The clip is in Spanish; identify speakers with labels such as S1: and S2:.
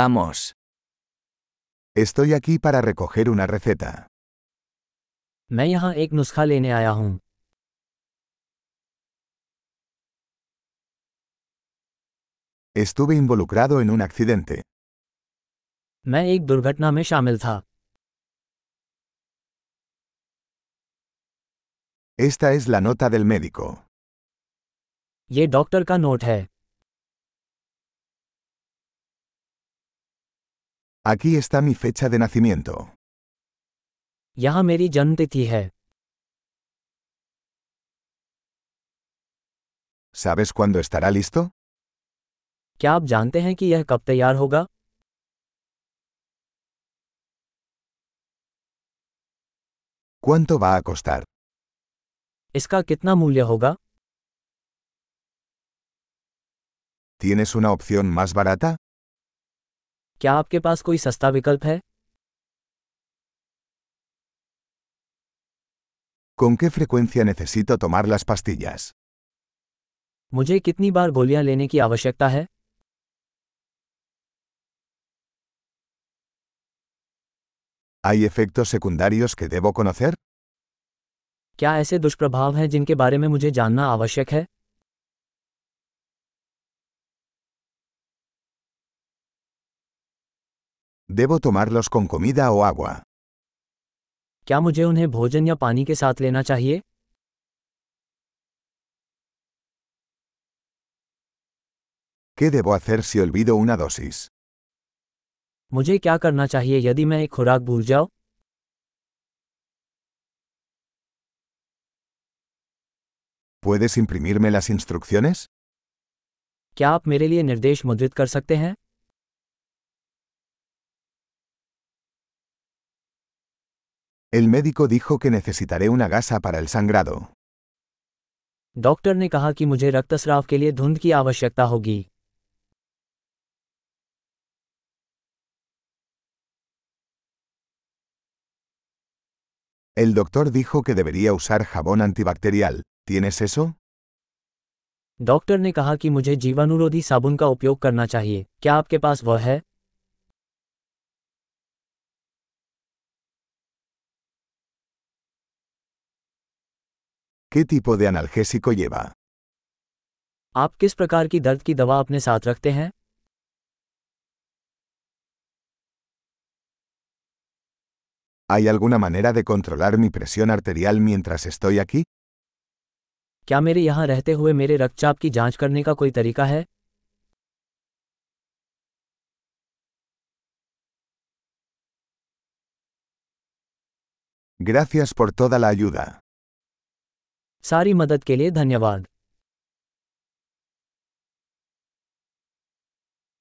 S1: Vamos.
S2: Estoy aquí para recoger una receta.
S3: मैं यहाँ एक नुस्खा लेने आया हूँ
S2: Estuve involucrado en un accidente.
S3: मैं एक दुर्घटना में शामिल था
S2: Esta es la nota del médico.
S3: ये डॉक्टर का नोट है
S2: Aquí está mi fecha de nacimiento.
S3: यहाँ मेरी जन्मतिथि है
S2: ¿Sabes cuándo estará listo?
S3: क्या आप जानते हैं कि यह कब तैयार होगा
S2: ¿Cuánto va a costar?
S3: इसका कितना मूल्य होगा
S2: ¿Tienes una opción más barata?
S3: क्या आपके पास कोई सस्ता विकल्प है
S2: ¿Con qué frecuencia necesito tomar las pastillas?
S3: मुझे कितनी बार गोलियां लेने की आवश्यकता है
S2: ¿Hay efectos secundarios que debo conocer?
S3: क्या ऐसे दुष्प्रभाव हैं जिनके बारे में मुझे जानना आवश्यक है
S2: ¿Debo tomarlos con comida o agua?
S3: क्या मुझे उन्हें भोजन या पानी के साथ लेना चाहिए
S2: ¿Qué debo hacer si olvido una dosis?
S3: मुझे क्या करना चाहिए यदि मैं एक खुराक भूल जाऊं
S2: ¿Puedes imprimirme las instrucciones?
S3: क्या आप मेरे लिए निर्देश मुद्रित कर सकते हैं
S2: El médico dijo que necesitaré una gasa para el sangrado.
S3: डॉक्टर ने कहा कि मुझे रक्तस्राव के लिए धुंध की आवश्यकता होगी
S2: El doctor dijo que debería usar jabón antibacterial. ¿Tienes eso?
S3: डॉक्टर ने कहा कि मुझे जीवाणुरोधी साबुन का उपयोग करना चाहिए क्या आपके पास वह है
S2: ¿Qué tipo de analgésico lleva?
S3: आप किस प्रकार की दर्द की दवा अपने साथ रखते हैं
S2: ¿Hay alguna manera de controlar mi presión arterial mientras estoy aquí?
S3: क्या मेरे यहाँ रहते हुए मेरे रक्तचाप की जांच करने का कोई तरीका है
S2: Gracias por toda la ayuda.
S3: सारी मदद के लिए धन्यवाद